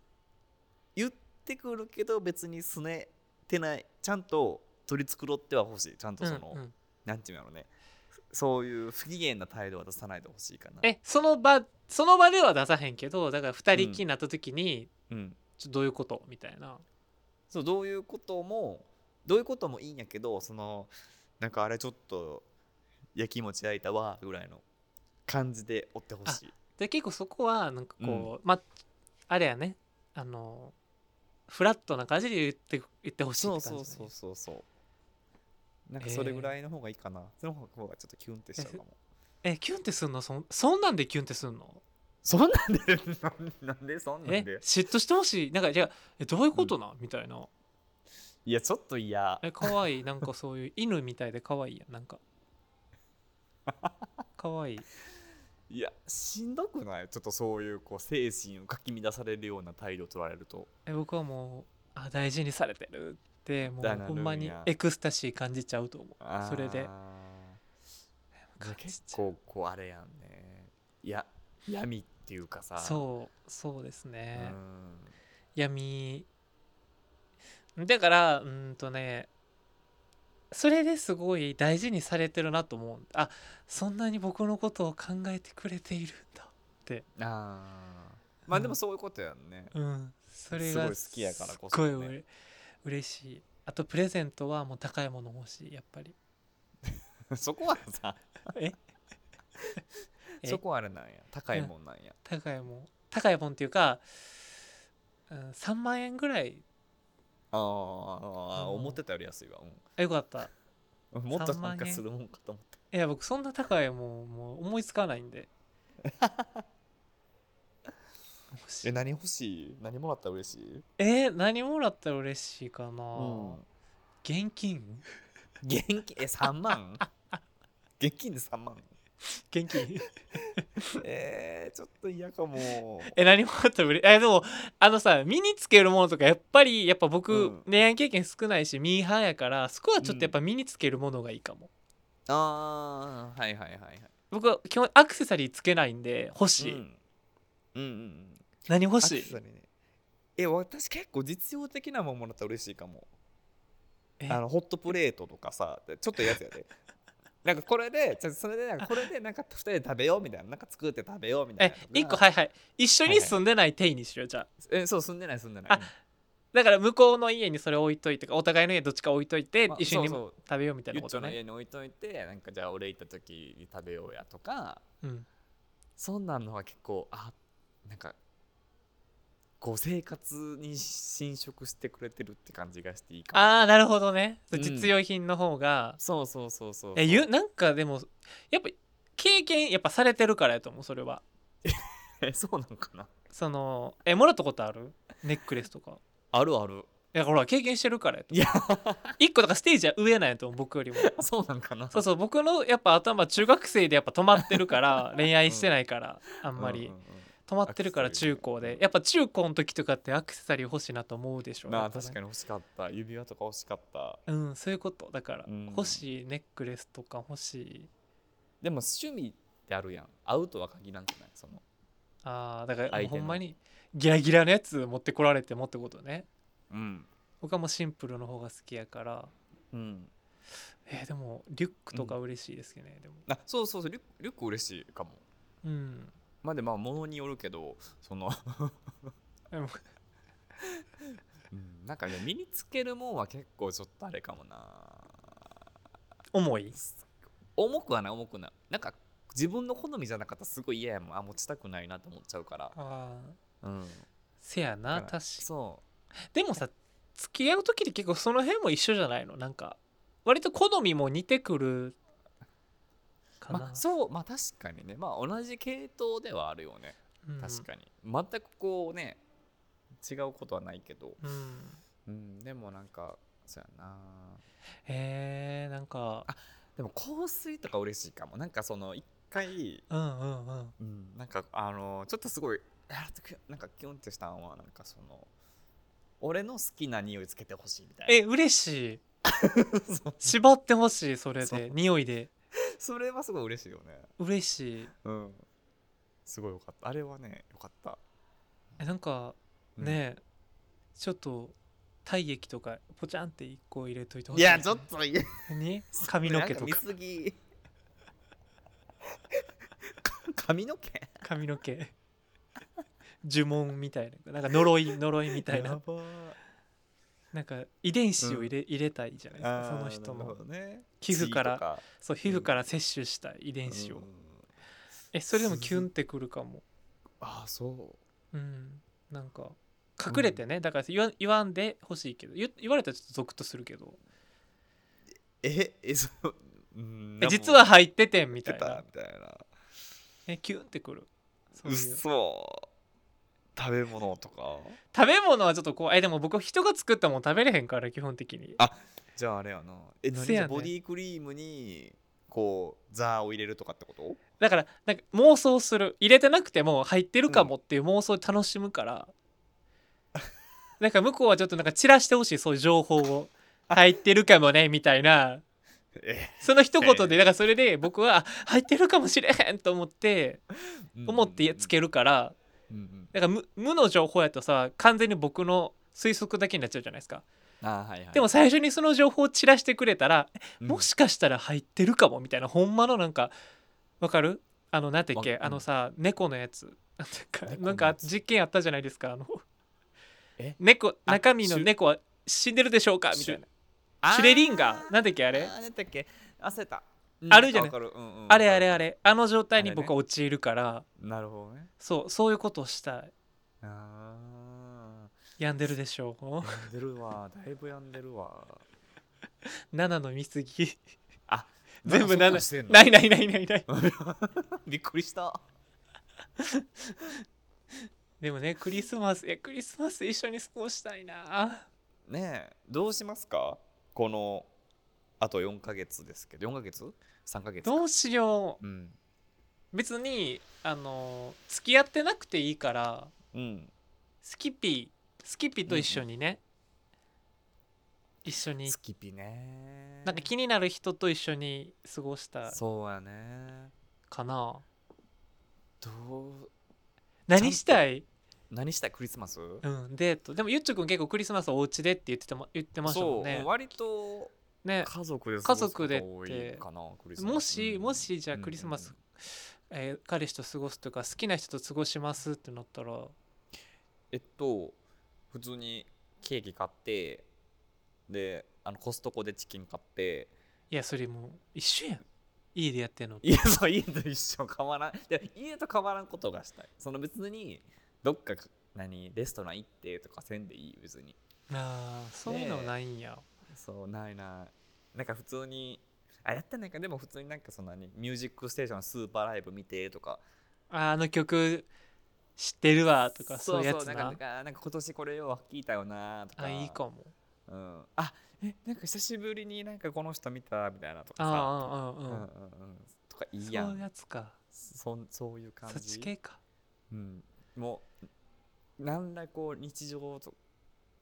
[SPEAKER 2] 言ってくるけど別にすねてないちゃんと取り繕ってはほしいちゃんとその、
[SPEAKER 1] うんうん、
[SPEAKER 2] なんていうんやろねそういう不機嫌な態度は出さないでほしいかな
[SPEAKER 1] えその場その場では出さへんけどだから二人きりになった時に、
[SPEAKER 2] うん
[SPEAKER 1] ちょどういうことみたいな
[SPEAKER 2] そうどういうこともどういうこともいいんやけどそのなんかあれちょっと焼き餅焼いたわぐらいの感じでおってほしい
[SPEAKER 1] で結構そこはなんかこう、まああれやねあのフラットな感じで言って言ってほしいっ
[SPEAKER 2] そう
[SPEAKER 1] て感じだ
[SPEAKER 2] そ
[SPEAKER 1] ね、
[SPEAKER 2] うそうそうそうなんかそれぐらいの方がいいかな、その方がちょっとキュンってしちゃうかも
[SPEAKER 1] えキュンってすんのそんそんなんでキュンってすんの
[SPEAKER 2] (laughs) そんなんで (laughs) なんでそんな
[SPEAKER 1] え
[SPEAKER 2] んで
[SPEAKER 1] 嫉妬してほしいなんかじゃあえどういうことな、みたいない
[SPEAKER 2] やちょっと嫌
[SPEAKER 1] え可愛いなんかそういう犬みたいで可愛いやんなん
[SPEAKER 2] (laughs)
[SPEAKER 1] か可愛い
[SPEAKER 2] いやしんどくないちょっとそういうこう精神をかき乱されるような態度取られると
[SPEAKER 1] え僕はもうあ大事にされてるっても
[SPEAKER 2] だ
[SPEAKER 1] う
[SPEAKER 2] な
[SPEAKER 1] ほんま
[SPEAKER 2] ル
[SPEAKER 1] に
[SPEAKER 2] ーニャ
[SPEAKER 1] エクスタシー感じちゃうと思うそれで
[SPEAKER 2] あー
[SPEAKER 1] 感じ
[SPEAKER 2] 結
[SPEAKER 1] ちゃう
[SPEAKER 2] 構こうあれやんねいや闇っていうかさ
[SPEAKER 1] そうそうです
[SPEAKER 2] う
[SPEAKER 1] ね、
[SPEAKER 2] ん
[SPEAKER 1] 闇だからうーんとねそれですごい大事にされてるなと思うあそんなに僕のことを考えてくれているんだ
[SPEAKER 2] あーまあでもそういうことやんね (laughs)
[SPEAKER 1] うんそれが
[SPEAKER 2] すごい好きやからこそね
[SPEAKER 1] すっごいうれ嬉しいあとプレゼントはもう高いもの欲しいやっぱり
[SPEAKER 2] そこはさ
[SPEAKER 1] ええ
[SPEAKER 2] (laughs) そこはあれなんや高いもんなんや
[SPEAKER 1] 高いもん高いもんっていうか、うん、3万円ぐらい
[SPEAKER 2] あーあー
[SPEAKER 1] うん
[SPEAKER 2] 思ってたより安いわ、
[SPEAKER 1] あよかった
[SPEAKER 2] うん、もっと
[SPEAKER 1] 3
[SPEAKER 2] な
[SPEAKER 1] 万
[SPEAKER 2] ん
[SPEAKER 1] 円
[SPEAKER 2] かするもんかと思った
[SPEAKER 1] いや僕そんな高いもんもう思いつかないん
[SPEAKER 2] (laughs)
[SPEAKER 1] で欲しい
[SPEAKER 2] え何欲しい何もらったら嬉しい、
[SPEAKER 1] えー何もらったら嬉しいかな、
[SPEAKER 2] うん、
[SPEAKER 1] 現金 (laughs)
[SPEAKER 2] 現金え3万 (laughs) 現金で3万
[SPEAKER 1] 現金
[SPEAKER 2] えー、ちょっと嫌かも
[SPEAKER 1] え何もらった (laughs) ら嬉しいえでもあのさ身につけるものとかやっぱりやっぱ僕、
[SPEAKER 2] うん
[SPEAKER 1] 恋愛経験少ないしミーハーやからそこはちょっ
[SPEAKER 2] うん
[SPEAKER 1] とやっぱ身につけるものがいいかも、
[SPEAKER 2] あーはいはいはいはい
[SPEAKER 1] 僕は基本アクセサリーつけないんで欲しい、
[SPEAKER 2] うん、うんうんうん
[SPEAKER 1] 何欲
[SPEAKER 2] 欲
[SPEAKER 1] しい
[SPEAKER 2] ね、え私結構実用的なもんもらったら嬉しいかも
[SPEAKER 1] え
[SPEAKER 2] あのホットプレートとかさちょっとやつやでなんかこれでちょそれでなんかこれでなんか2人で食べようみたいななんか作って食べようみたい
[SPEAKER 1] え
[SPEAKER 2] なとか
[SPEAKER 1] 一個はいはい一緒
[SPEAKER 2] はい
[SPEAKER 1] に
[SPEAKER 2] はい
[SPEAKER 1] 住んでない体にしようじゃあ
[SPEAKER 2] えそう住んでない住んでない
[SPEAKER 1] あだから向こうの家にそれ置いといてお互いの家どっちか置いといて
[SPEAKER 2] まあ
[SPEAKER 1] 一緒に
[SPEAKER 2] そう
[SPEAKER 1] 食
[SPEAKER 2] そう
[SPEAKER 1] べようみたいな
[SPEAKER 2] ゆっ
[SPEAKER 1] こ
[SPEAKER 2] ちょ
[SPEAKER 1] と
[SPEAKER 2] の
[SPEAKER 1] ね
[SPEAKER 2] 家に置いといてなんかじゃあ俺行った時に食べようやとか
[SPEAKER 1] うん
[SPEAKER 2] そんなんのは結構あなんかこう生活に侵食してくれてるって感じがしていいかも
[SPEAKER 1] ああなるほどね
[SPEAKER 2] うん
[SPEAKER 1] 実用品の方が、
[SPEAKER 2] そうそうそうそう
[SPEAKER 1] えゆなんかでもやっぱ経験やっぱされてるからやと思うそれは
[SPEAKER 2] えそうなんかな
[SPEAKER 1] そのえもらったことあるネックレスとか
[SPEAKER 2] あるある
[SPEAKER 1] いやほら経験してるからやと
[SPEAKER 2] いや
[SPEAKER 1] 一個だからステージは上なんやと思う僕よ
[SPEAKER 2] (laughs)
[SPEAKER 1] りも
[SPEAKER 2] そうなんかな
[SPEAKER 1] そうそう僕のやっぱ頭中学生でやっぱ止まってるから
[SPEAKER 2] (laughs)
[SPEAKER 1] 恋愛してないから、あ
[SPEAKER 2] うん
[SPEAKER 1] まり、
[SPEAKER 2] うんうん
[SPEAKER 1] 止まってるから
[SPEAKER 2] アクセサリー
[SPEAKER 1] 中
[SPEAKER 2] ね
[SPEAKER 1] 高
[SPEAKER 2] う
[SPEAKER 1] で
[SPEAKER 2] ん
[SPEAKER 1] やっぱ中高の時とかってアクセサリー欲しいなと思うでしょ
[SPEAKER 2] な
[SPEAKER 1] や
[SPEAKER 2] あ
[SPEAKER 1] っぱね
[SPEAKER 2] 確かに欲しかった指輪とか欲しかった
[SPEAKER 1] うんそういうことだから、
[SPEAKER 2] うん
[SPEAKER 1] 欲しいネックレスとか欲しい
[SPEAKER 2] でも趣味ってあるやん合うとは限らんじゃないその
[SPEAKER 1] あーだからもう
[SPEAKER 2] 相手
[SPEAKER 1] ほ
[SPEAKER 2] の
[SPEAKER 1] んまにギラギラのやつ持ってこられてもってことね
[SPEAKER 2] うん
[SPEAKER 1] 僕はもうシンプルの方が好きやから
[SPEAKER 2] うん
[SPEAKER 1] えーでもリュックとか嬉しいですけどね、でも
[SPEAKER 2] あそうそうそうリュックリュック嬉しいかも
[SPEAKER 1] うん
[SPEAKER 2] まあでまあ物によるけどその
[SPEAKER 1] でも
[SPEAKER 2] (laughs) うんなんかね身につけるもんは結構ちょっとあれかもな
[SPEAKER 1] 重い
[SPEAKER 2] 重くはない重くないなんか自分の好みじゃなかったらすごい嫌やもんあ持ちたくないなと思っちゃうから
[SPEAKER 1] あー
[SPEAKER 2] うん
[SPEAKER 1] せや
[SPEAKER 2] だ
[SPEAKER 1] な
[SPEAKER 2] から
[SPEAKER 1] 確か
[SPEAKER 2] そ
[SPEAKER 1] でもさ付き合う時って結構その辺も一緒じゃないのなんか割と好みも似てくる
[SPEAKER 2] う
[SPEAKER 1] かな、
[SPEAKER 2] まあそうまあ確かにねまあ同じ系統ではあるよね
[SPEAKER 1] うん
[SPEAKER 2] 確かに、全くこうね違うことはないけど、
[SPEAKER 1] うん
[SPEAKER 2] うん、でもなんかそうやな
[SPEAKER 1] へえー、なんか
[SPEAKER 2] でも香水とか嬉しいかもなんかその一回、
[SPEAKER 1] うんうんうん
[SPEAKER 2] うん、なんかあのちょっとすごいやっとくなんかキュンってしたんはなんかその俺の好きな匂いつけてほしいみたいな
[SPEAKER 1] え嬉しい
[SPEAKER 2] (laughs) そう
[SPEAKER 1] 縛ってほしいそれ
[SPEAKER 2] そう
[SPEAKER 1] で匂いで
[SPEAKER 2] それはすごい嬉しいよね
[SPEAKER 1] 嬉しい
[SPEAKER 2] うんすごいよかったあれはねよかった
[SPEAKER 1] えなんか
[SPEAKER 2] うん
[SPEAKER 1] ね、えちょっと体液とかポチャンって一個入れといてほし
[SPEAKER 2] い
[SPEAKER 1] い、ね、
[SPEAKER 2] やちょっといや
[SPEAKER 1] 何髪の毛と
[SPEAKER 2] なん見
[SPEAKER 1] か
[SPEAKER 2] すぎか (laughs) 髪の毛
[SPEAKER 1] 髪の毛呪文みたいななんか呪い呪いみたい
[SPEAKER 2] や
[SPEAKER 1] な
[SPEAKER 2] ば
[SPEAKER 1] なんか遺伝子を入れ,、入れたいじゃないです
[SPEAKER 2] あ
[SPEAKER 1] かそ
[SPEAKER 2] ー
[SPEAKER 1] の人
[SPEAKER 2] なる
[SPEAKER 1] の
[SPEAKER 2] ほどね
[SPEAKER 1] 皮膚から
[SPEAKER 2] 血とか
[SPEAKER 1] そう皮膚から摂取した遺伝子を、
[SPEAKER 2] うん
[SPEAKER 1] えそれでもキュンってくるかも
[SPEAKER 2] ああそう
[SPEAKER 1] うんなんか隠れてね、だから言わ言わんでほしいけど言言われたらちょっとゾクッとするけど
[SPEAKER 2] ええそうう
[SPEAKER 1] え
[SPEAKER 2] んなんも
[SPEAKER 1] 実は入っててんみ
[SPEAKER 2] 見て
[SPEAKER 1] たい
[SPEAKER 2] た
[SPEAKER 1] な
[SPEAKER 2] みたいな
[SPEAKER 1] えキュンってくるそうい
[SPEAKER 2] うっ
[SPEAKER 1] う
[SPEAKER 2] そ食べ物とか
[SPEAKER 1] 食べ物はちょっと怖いえでも僕人が作ったもん食べれへんから基本的に
[SPEAKER 2] あじゃああれやなえ何
[SPEAKER 1] せやね
[SPEAKER 2] じゃあボディクリームにこうザーを入れるとかってこと
[SPEAKER 1] だからなんか妄想する入れてなくても入ってるかもっていう妄想で楽しむから、なんか向こうはちょっとなんか散らしてほしいそういう情報を入ってるかもねみたいな
[SPEAKER 2] え
[SPEAKER 1] その一言
[SPEAKER 2] え
[SPEAKER 1] でだからそれで僕はあ入ってるかもしれへんと思って思ってつけるから
[SPEAKER 2] うんうん
[SPEAKER 1] だから無無の情報やとさ完全に僕の推測だけになっちゃうじゃないですか、
[SPEAKER 2] あーはいはい
[SPEAKER 1] でも最初にその情報を散らしてくれたら、
[SPEAKER 2] うん
[SPEAKER 1] もしかしたら入ってるかもみたいなほんまのなんかわかるあのなんてっけ
[SPEAKER 2] わ
[SPEAKER 1] あのさ猫のやつなんていうか
[SPEAKER 2] 猫の
[SPEAKER 1] なんか実験あったじゃないですかあの
[SPEAKER 2] え
[SPEAKER 1] 猫
[SPEAKER 2] あ
[SPEAKER 1] 中身の
[SPEAKER 2] シュ
[SPEAKER 1] 猫は死んでるでしょうかみたいな
[SPEAKER 2] あー
[SPEAKER 1] シュレリンガーなんてっけあ
[SPEAKER 2] あれ
[SPEAKER 1] れ
[SPEAKER 2] あれだっけ焦った
[SPEAKER 1] あるじゃない
[SPEAKER 2] わかるわかるうんうん
[SPEAKER 1] あれあれあ
[SPEAKER 2] わかる
[SPEAKER 1] れあの状態に
[SPEAKER 2] あれね
[SPEAKER 1] 僕は陥るから
[SPEAKER 2] なるほどね
[SPEAKER 1] そうそういうことをしたい
[SPEAKER 2] あ
[SPEAKER 1] 病んでるでしょ
[SPEAKER 2] あ
[SPEAKER 1] う
[SPEAKER 2] 病んでるわだいぶ病んでるわ
[SPEAKER 1] 7の見過ぎ
[SPEAKER 2] あ
[SPEAKER 1] 全部
[SPEAKER 2] な
[SPEAKER 1] なんん
[SPEAKER 2] か
[SPEAKER 1] だ
[SPEAKER 2] そんなん
[SPEAKER 1] ない
[SPEAKER 2] してんの
[SPEAKER 1] ないないないない
[SPEAKER 2] びっくりした
[SPEAKER 1] でもねクリスマスいやクリスマス一緒に過ごしたいな
[SPEAKER 2] ねえどうしますかこのあと4ヶ月ですけど4ヶ月 ?3 ヶ月か
[SPEAKER 1] どうしよ
[SPEAKER 2] うん
[SPEAKER 1] う別にあの付き合ってなくていいから
[SPEAKER 2] うん
[SPEAKER 1] スキピスキピと一緒にね、一緒に
[SPEAKER 2] スキピね
[SPEAKER 1] なんか気になる人と一緒に過ごした
[SPEAKER 2] そうやね
[SPEAKER 1] かな
[SPEAKER 2] どう
[SPEAKER 1] 何したい
[SPEAKER 2] 何したいクリスマス
[SPEAKER 1] うんデートでもゆっちょくん結構クリスマスはお家でって言ってたも言ってましたもん
[SPEAKER 2] そ
[SPEAKER 1] ね
[SPEAKER 2] う割と
[SPEAKER 1] ね
[SPEAKER 2] 家族で
[SPEAKER 1] 家族で
[SPEAKER 2] 過ごすことが多いかなクリスマス
[SPEAKER 1] もし
[SPEAKER 2] うん
[SPEAKER 1] もしじゃあクリスマス
[SPEAKER 2] うん
[SPEAKER 1] えー彼氏と過ごすとか好きな人と過ごしますってなったら
[SPEAKER 2] えっと普通にケーキ買ってであのコストコでチキン買って
[SPEAKER 1] いやそれもう一緒やん家でやってんの
[SPEAKER 2] いやそう家と一緒変わらんいや家と変わらんことがしたいその別にどっかか何レストラン行ってとかせんでいい別に
[SPEAKER 1] あーそういうのないんや、
[SPEAKER 2] そうないないなんか普通にあやってないかでも普通になんかそんなにミュージックステーションのスーパーライブ見てとか
[SPEAKER 1] ああの曲知ってるわとかそういうやつな
[SPEAKER 2] な
[SPEAKER 1] ん
[SPEAKER 2] かなんかなんか今年これよ聞いたよなとか
[SPEAKER 1] あいいかも
[SPEAKER 2] うん、あえなんか久しぶりになんかこの人見たみたいなとかさ
[SPEAKER 1] ああ
[SPEAKER 2] う
[SPEAKER 1] うんんう
[SPEAKER 2] う
[SPEAKER 1] ん
[SPEAKER 2] うん
[SPEAKER 1] ん
[SPEAKER 2] とか
[SPEAKER 1] うん
[SPEAKER 2] いいや
[SPEAKER 1] そういうんやつか
[SPEAKER 2] そんそういう感
[SPEAKER 1] そっち
[SPEAKER 2] じ、
[SPEAKER 1] 系か
[SPEAKER 2] うん、もう何らこう日常と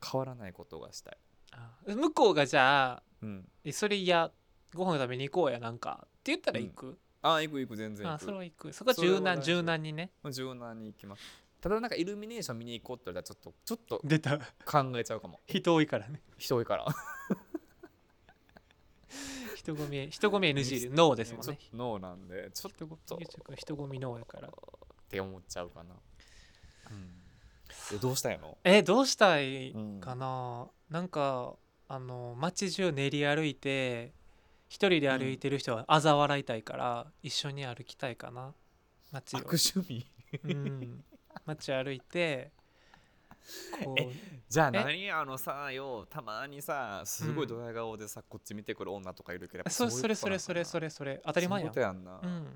[SPEAKER 2] 変わらないことがしたい、
[SPEAKER 1] あー向こうがじゃあ
[SPEAKER 2] うん、
[SPEAKER 1] えそれいやご飯食べに行こうやなんかって言ったら行く、
[SPEAKER 2] ああ行く行く全然
[SPEAKER 1] あ
[SPEAKER 2] 行
[SPEAKER 1] あ
[SPEAKER 2] く
[SPEAKER 1] それは行くそこは
[SPEAKER 2] それは
[SPEAKER 1] 柔
[SPEAKER 2] 大
[SPEAKER 1] 軟
[SPEAKER 2] 丈夫
[SPEAKER 1] 柔軟にね
[SPEAKER 2] もう柔軟に行きますただなんかイルミネーション見に行こうって言われたらちょっとちょっと
[SPEAKER 1] 出た (laughs)
[SPEAKER 2] 考えちゃうかも
[SPEAKER 1] 人多いからね
[SPEAKER 2] 人多いから
[SPEAKER 1] 人混み人混み NG でノーですもん
[SPEAKER 2] ちょっ
[SPEAKER 1] ね
[SPEAKER 2] とノーなんでちょっ
[SPEAKER 1] 人混
[SPEAKER 2] と
[SPEAKER 1] み人混みノーやから
[SPEAKER 2] て思っちゃうかな、うん、えどうしたんやろ
[SPEAKER 1] えどうしたい
[SPEAKER 2] うん
[SPEAKER 1] かな、なんかあの街中練り歩いて一人で歩いてる人は嘲笑いたいから一緒に歩きたいかな街を、
[SPEAKER 2] 悪趣味
[SPEAKER 1] うん、街歩いてこう
[SPEAKER 2] じゃあ
[SPEAKER 1] え
[SPEAKER 2] 何あのさよたまにさすごいドヤ顔でさ、こっち見てくる女とかいるけどやっぱ
[SPEAKER 1] そう
[SPEAKER 2] いう
[SPEAKER 1] それそれそれそ
[SPEAKER 2] れ
[SPEAKER 1] れそれ当
[SPEAKER 2] 当
[SPEAKER 1] たり前やん
[SPEAKER 2] やんな、
[SPEAKER 1] うん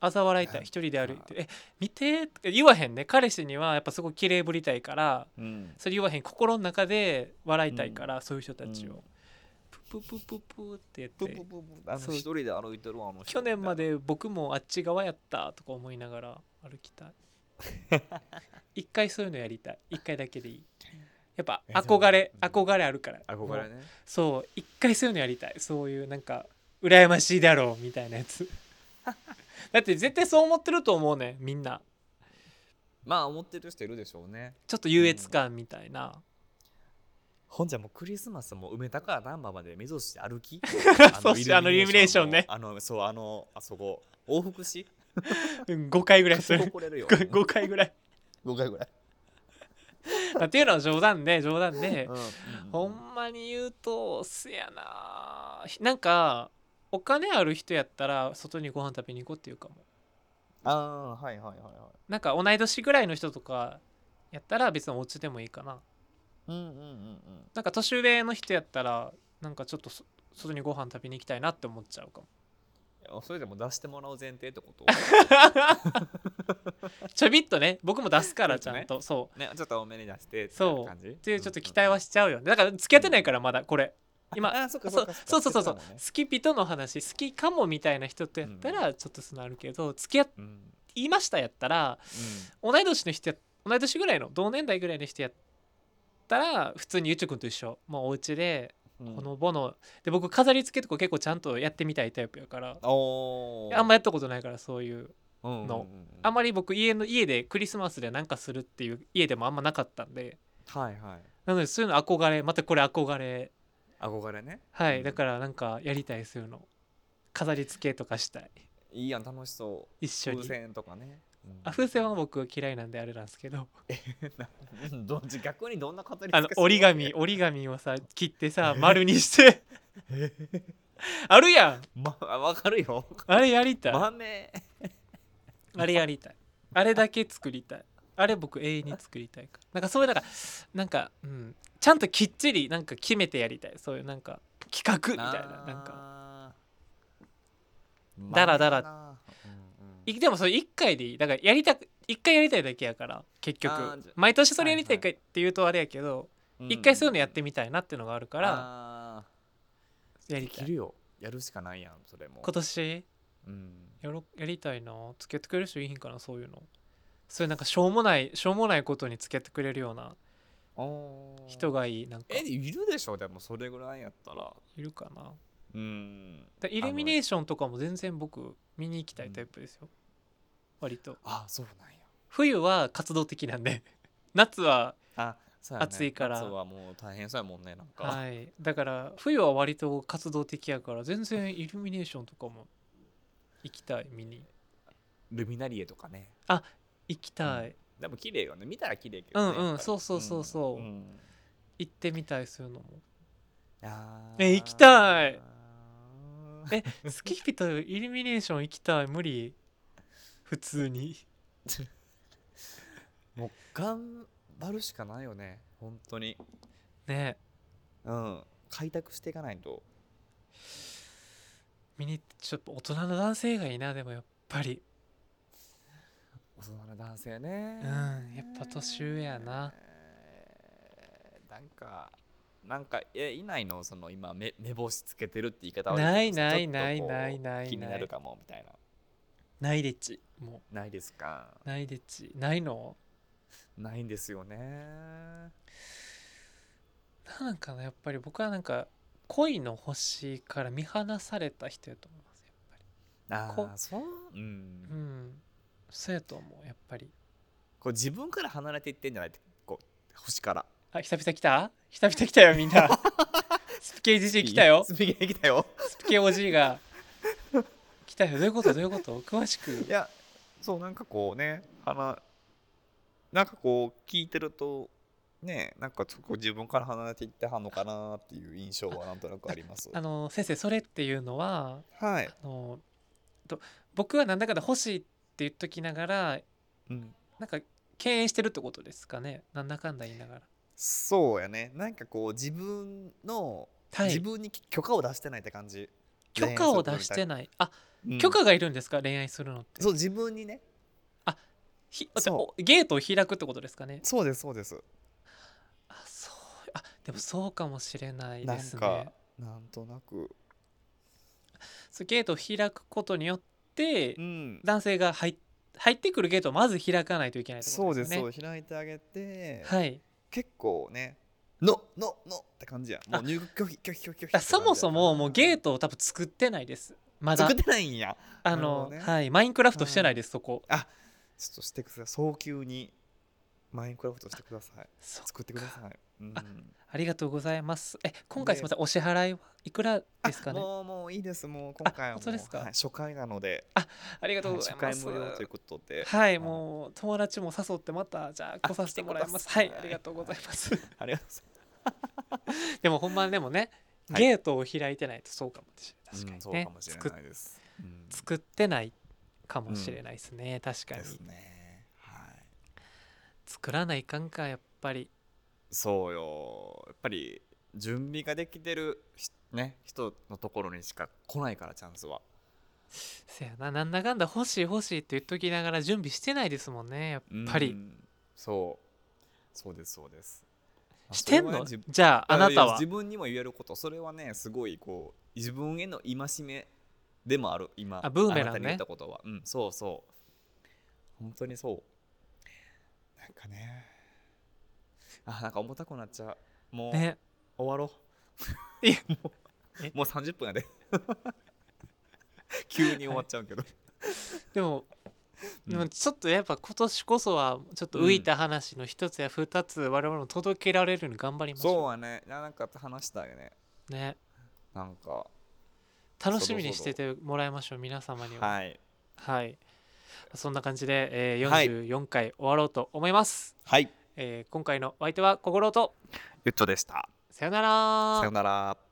[SPEAKER 1] 嘲笑いた
[SPEAKER 2] な
[SPEAKER 1] い
[SPEAKER 2] んか
[SPEAKER 1] 一人で歩いて「え見て」って言わへんね彼氏にはやっぱすごい綺麗ぶりたいから
[SPEAKER 2] うん
[SPEAKER 1] それ言わへん心の中で笑いたいから、そういう人たち
[SPEAKER 2] うん
[SPEAKER 1] を、プププププって
[SPEAKER 2] プ
[SPEAKER 1] 言って
[SPEAKER 2] プププあの
[SPEAKER 1] そう
[SPEAKER 2] 一人で歩いてるわあの人 (laughs)
[SPEAKER 1] 去年まで僕もあっち側やったとか思いながら歩きたい一回そういうのやりたい一回だけでいいやっぱ
[SPEAKER 2] えでも
[SPEAKER 1] 憧れ
[SPEAKER 2] うん
[SPEAKER 1] 憧れあるから
[SPEAKER 2] 憧れね
[SPEAKER 1] そう一回そういうのやりたいそういうなんか羨ましいだろうみたいなや
[SPEAKER 2] (laughs)
[SPEAKER 1] つだって絶対そう思ってると思うねみんな
[SPEAKER 2] まあ思ってる人いるでしょうね
[SPEAKER 1] ちょっと優越感みたいな、
[SPEAKER 2] ほんじゃもうクリスマスも梅田から難波まで目指して歩き
[SPEAKER 1] そうしあのイルミネーションね
[SPEAKER 2] あのそうあのあそこ往復し
[SPEAKER 1] うん、5回ぐらいす
[SPEAKER 2] そこ (laughs)
[SPEAKER 1] る
[SPEAKER 2] 来れるよ
[SPEAKER 1] 5回ぐらい
[SPEAKER 2] 5回ぐらい、
[SPEAKER 1] っていうのは冗談で冗談で
[SPEAKER 2] うん
[SPEAKER 1] ほんまに言うとせやななんかお金ある人やったら外にご飯食べに行こうっていうかも
[SPEAKER 2] ああーはいはいはいはい
[SPEAKER 1] なんか同い年ぐらいの人とかやったら別にお家でもいいかな
[SPEAKER 2] うんうんうんうん
[SPEAKER 1] なんか年上の人やったらなんかちょっとそ外にご飯食べに行きたいなって思っちゃうかも
[SPEAKER 2] いやそれでも出してもらう前提ってこと
[SPEAKER 1] ちょびっとね僕も出すからち
[SPEAKER 2] ちょ
[SPEAKER 1] ゃ
[SPEAKER 2] っとね
[SPEAKER 1] んとそう
[SPEAKER 2] ねちょっと多めに出してって
[SPEAKER 1] そう
[SPEAKER 2] 感じっ
[SPEAKER 1] っていうちょっと期待はしちゃうよねだから付き合ってないからまだこれ今
[SPEAKER 2] (laughs) ああそっか
[SPEAKER 1] そ
[SPEAKER 2] そうっか
[SPEAKER 1] そうそうそうそう
[SPEAKER 2] っかっか
[SPEAKER 1] 好き人の話好きかもみたいな人とやったらちょっとそのあるけど、付き合
[SPEAKER 2] うんうん
[SPEAKER 1] いましたやったら同い年の人や同い年ぐらいの同年代ぐらいの人やったら普通にゆうちょくんと一緒もうお家で
[SPEAKER 2] うん
[SPEAKER 1] このボノ、で僕飾り付けとか結構ちゃんとやってみたいタイプやから
[SPEAKER 2] おー
[SPEAKER 1] あんまやったことないからそういう
[SPEAKER 2] うんうんうん
[SPEAKER 1] のあんまり僕家の家でクリスマスでなんかするっていう家でもあんまなかったんで
[SPEAKER 2] はいはい
[SPEAKER 1] なのでそういうの憧れまたこれ憧れ
[SPEAKER 2] 憧れね
[SPEAKER 1] はい、
[SPEAKER 2] うん
[SPEAKER 1] だからなんかやりたいそういうの飾り付けとかしたい
[SPEAKER 2] いいやん楽しそ
[SPEAKER 1] 一緒
[SPEAKER 2] う
[SPEAKER 1] に
[SPEAKER 2] 風船とかねうん
[SPEAKER 1] あ風船は僕嫌いなんであれなんですけど
[SPEAKER 2] うん (laughs) どん逆にどんな語り
[SPEAKER 1] あ
[SPEAKER 2] 付
[SPEAKER 1] の
[SPEAKER 2] けする
[SPEAKER 1] 折り紙折り紙をさ切ってさ丸にしてあるやん
[SPEAKER 2] まあわかるよ
[SPEAKER 1] あれやりたい、
[SPEAKER 2] 豆
[SPEAKER 1] あれやりたいあれだけ作りたいあれ僕永遠に作りたいからなんかそういうだからなんか、うん、ちゃんときっちりなんか決めてやりたいそういうなんか企画 (laughs) みたいななんか
[SPEAKER 2] か
[SPEAKER 1] だらだら
[SPEAKER 2] い
[SPEAKER 1] いでもそれ1回でいいだからやりたく1回やりたいだけやから結局
[SPEAKER 2] あーじゃ
[SPEAKER 1] 毎年それやりたい
[SPEAKER 2] はいは
[SPEAKER 1] かっていうとあれやけど、一1回そういうのやってみたいなっていうのがあるから
[SPEAKER 2] ら
[SPEAKER 1] やりた
[SPEAKER 2] 切
[SPEAKER 1] い
[SPEAKER 2] るよやるしかないやんそれも
[SPEAKER 1] 今年
[SPEAKER 2] うん
[SPEAKER 1] やろやりたいな付き合ってくれる人いいんかなそういうのそういうなんかしょうもないしょうもないことに付き合ってくれるような人
[SPEAKER 2] が
[SPEAKER 1] がいいなんか
[SPEAKER 2] えいるでしょでもそれぐらいやったら
[SPEAKER 1] いるかな
[SPEAKER 2] うん
[SPEAKER 1] だイルミネーションとかも全然僕見に行きたいタイプですよ、割と
[SPEAKER 2] あそうなんや
[SPEAKER 1] 冬は活動的なんで (laughs) 夏は
[SPEAKER 2] あそうやね
[SPEAKER 1] 暑いから
[SPEAKER 2] 夏はもう大変そうやもんねなんか、
[SPEAKER 1] はいだから冬は割と活動的やから全然イルミネーションとかも行きたい見に
[SPEAKER 2] ルミナリエとかね
[SPEAKER 1] 行きたい、
[SPEAKER 2] でも綺麗よね見たら綺麗けど、ね、
[SPEAKER 1] うんうん
[SPEAKER 2] やっぱり
[SPEAKER 1] そうそうそうそう
[SPEAKER 2] うん
[SPEAKER 1] 行ってみたいそういうのも
[SPEAKER 2] あー
[SPEAKER 1] え行きたい
[SPEAKER 2] あー
[SPEAKER 1] えスキピとイルミネーション行きたい無理普通に
[SPEAKER 2] もう頑張るしかないよね本当に
[SPEAKER 1] ね
[SPEAKER 2] うん開拓していかないと
[SPEAKER 1] 見に行ってちょっと大人の男性がいいなでもやっぱり
[SPEAKER 2] 大人の男性ね
[SPEAKER 1] うんやっぱ年上やな
[SPEAKER 2] えーなんかなんかえいないのその今目目星つけてるって言い方は
[SPEAKER 1] ない
[SPEAKER 2] ちょっとこう
[SPEAKER 1] ないないない
[SPEAKER 2] 気にな
[SPEAKER 1] ない
[SPEAKER 2] るかもみたい
[SPEAKER 1] ないでっちも
[SPEAKER 2] なないですか
[SPEAKER 1] うないでっちないの
[SPEAKER 2] ないんですよね
[SPEAKER 1] なんかねやっぱり僕はなんか恋の星から見放された人やと思いますやっぱり
[SPEAKER 2] あ
[SPEAKER 1] こ
[SPEAKER 2] あそううん
[SPEAKER 1] うんそうやと思うやっぱり
[SPEAKER 2] こう自分から離れていってんじゃないってこう星から
[SPEAKER 1] あ久々来た久々来たよみん (laughs) なスピケーじじい来た
[SPEAKER 2] (laughs)
[SPEAKER 1] よ
[SPEAKER 2] スピゲー来たよ
[SPEAKER 1] スピケおじいが来たよどういうことどういうこと詳しく
[SPEAKER 2] いやそうなんかこうね話なんかこう聞いてるとねなんかちょっとこう自分から離れていってはんのかなっていう印象はなんとなくあります
[SPEAKER 1] あの先生それっていうのは
[SPEAKER 2] はい、
[SPEAKER 1] あのと僕はなんだかんだ欲しいって言っときながら
[SPEAKER 2] うん、
[SPEAKER 1] なんか敬遠してるってことですかねなんだかんだ言いながら
[SPEAKER 2] そうやねなんかこう自分の、
[SPEAKER 1] はい
[SPEAKER 2] 自分に許可を出してないって感じ
[SPEAKER 1] 許可を出して
[SPEAKER 2] な
[SPEAKER 1] ないあ
[SPEAKER 2] い
[SPEAKER 1] 許可がいるんですか、恋愛するのって
[SPEAKER 2] そう自分にね
[SPEAKER 1] ひだって
[SPEAKER 2] そ
[SPEAKER 1] おゲートを開くってことですかね
[SPEAKER 2] そうですそうです
[SPEAKER 1] あそうあでもそうかもしれない
[SPEAKER 2] な
[SPEAKER 1] で
[SPEAKER 2] ん
[SPEAKER 1] す
[SPEAKER 2] か、
[SPEAKER 1] ね
[SPEAKER 2] なんとなく
[SPEAKER 1] そうゲートを開くことによって
[SPEAKER 2] うん
[SPEAKER 1] 男性が入っ入ってくるゲートをまず開かないといけないってこ
[SPEAKER 2] そ
[SPEAKER 1] と
[SPEAKER 2] う
[SPEAKER 1] で
[SPEAKER 2] ですす
[SPEAKER 1] よ
[SPEAKER 2] そ
[SPEAKER 1] ね。
[SPEAKER 2] うです開いてあげて、
[SPEAKER 1] はい、
[SPEAKER 2] 結構ねのののって感じやもう入国拒否拒否拒否拒否って感じやから
[SPEAKER 1] そもそももうゲートを多分作ってないですまだ
[SPEAKER 2] 作ってないんや
[SPEAKER 1] あ
[SPEAKER 2] なるほ
[SPEAKER 1] の、
[SPEAKER 2] どね
[SPEAKER 1] はい、マインクラフトしてないです、そこ
[SPEAKER 2] ちょっとしてください早急にマインクラフトしてください
[SPEAKER 1] そ
[SPEAKER 2] 作ってください、うん
[SPEAKER 1] あありがとうございますえ今回す
[SPEAKER 2] で
[SPEAKER 1] みませんお支払いはいくらですかね
[SPEAKER 2] もうもういいですもう今回はも
[SPEAKER 1] 本当ですか
[SPEAKER 2] はい初回なので
[SPEAKER 1] ありがとうございます、
[SPEAKER 2] 初回無料ということで
[SPEAKER 1] はい、もう友達も誘ってまたじゃあ来させてもらいます
[SPEAKER 2] 来てく
[SPEAKER 1] は
[SPEAKER 2] ださい
[SPEAKER 1] いありがとうございます
[SPEAKER 2] ありがとうござい
[SPEAKER 1] でもほんまでもね
[SPEAKER 2] はい
[SPEAKER 1] ゲートを開いてないとそうかもしれ
[SPEAKER 2] ま
[SPEAKER 1] ない確
[SPEAKER 2] す、
[SPEAKER 1] かにね、
[SPEAKER 2] うん、そうかもしれ
[SPEAKER 1] 作
[SPEAKER 2] ないです、うん
[SPEAKER 1] 作ってないかもしれないですね、確かに
[SPEAKER 2] ですねはい
[SPEAKER 1] 作らないかんかやっぱり
[SPEAKER 2] そうよやっぱり準備ができてるひね人のところにしか来ないからチャンスは
[SPEAKER 1] せやななんだかんだ欲しい欲しいって言っときながら準備してないですもんねやっぱ
[SPEAKER 2] う
[SPEAKER 1] り
[SPEAKER 2] んそうそうですそうです
[SPEAKER 1] してん
[SPEAKER 2] それ
[SPEAKER 1] の
[SPEAKER 2] はね自
[SPEAKER 1] じゃああない
[SPEAKER 2] や
[SPEAKER 1] た
[SPEAKER 2] いや
[SPEAKER 1] は
[SPEAKER 2] 自分にも言えることそれはねすごいこう自分への戒めでもある今
[SPEAKER 1] あブーメランね
[SPEAKER 2] あなたに言ったことはうんそうそう本当にそうなんかねあなんか重たくなっちゃうもう、
[SPEAKER 1] ね
[SPEAKER 2] 終わろう
[SPEAKER 1] いや
[SPEAKER 2] も (laughs) う
[SPEAKER 1] え
[SPEAKER 2] もう30分やで (laughs) 急に終わっちゃうけど、
[SPEAKER 1] でも
[SPEAKER 2] うん
[SPEAKER 1] でもちょっとやっぱ今年こそはちょっと浮いた話の一つや二つ我々も届けられるように頑張りまし
[SPEAKER 2] そう
[SPEAKER 1] ょ
[SPEAKER 2] はねいやなんか話したよね
[SPEAKER 1] うね
[SPEAKER 2] なんか
[SPEAKER 1] 楽しみにしててもらいましょう皆様にははい、
[SPEAKER 2] はい
[SPEAKER 1] そんな感じで、えー
[SPEAKER 2] はい
[SPEAKER 1] 44回終わろうと思います、
[SPEAKER 2] はい
[SPEAKER 1] えー今回のお相手は心と
[SPEAKER 2] ゆっちょでした
[SPEAKER 1] さよなら
[SPEAKER 2] さよなら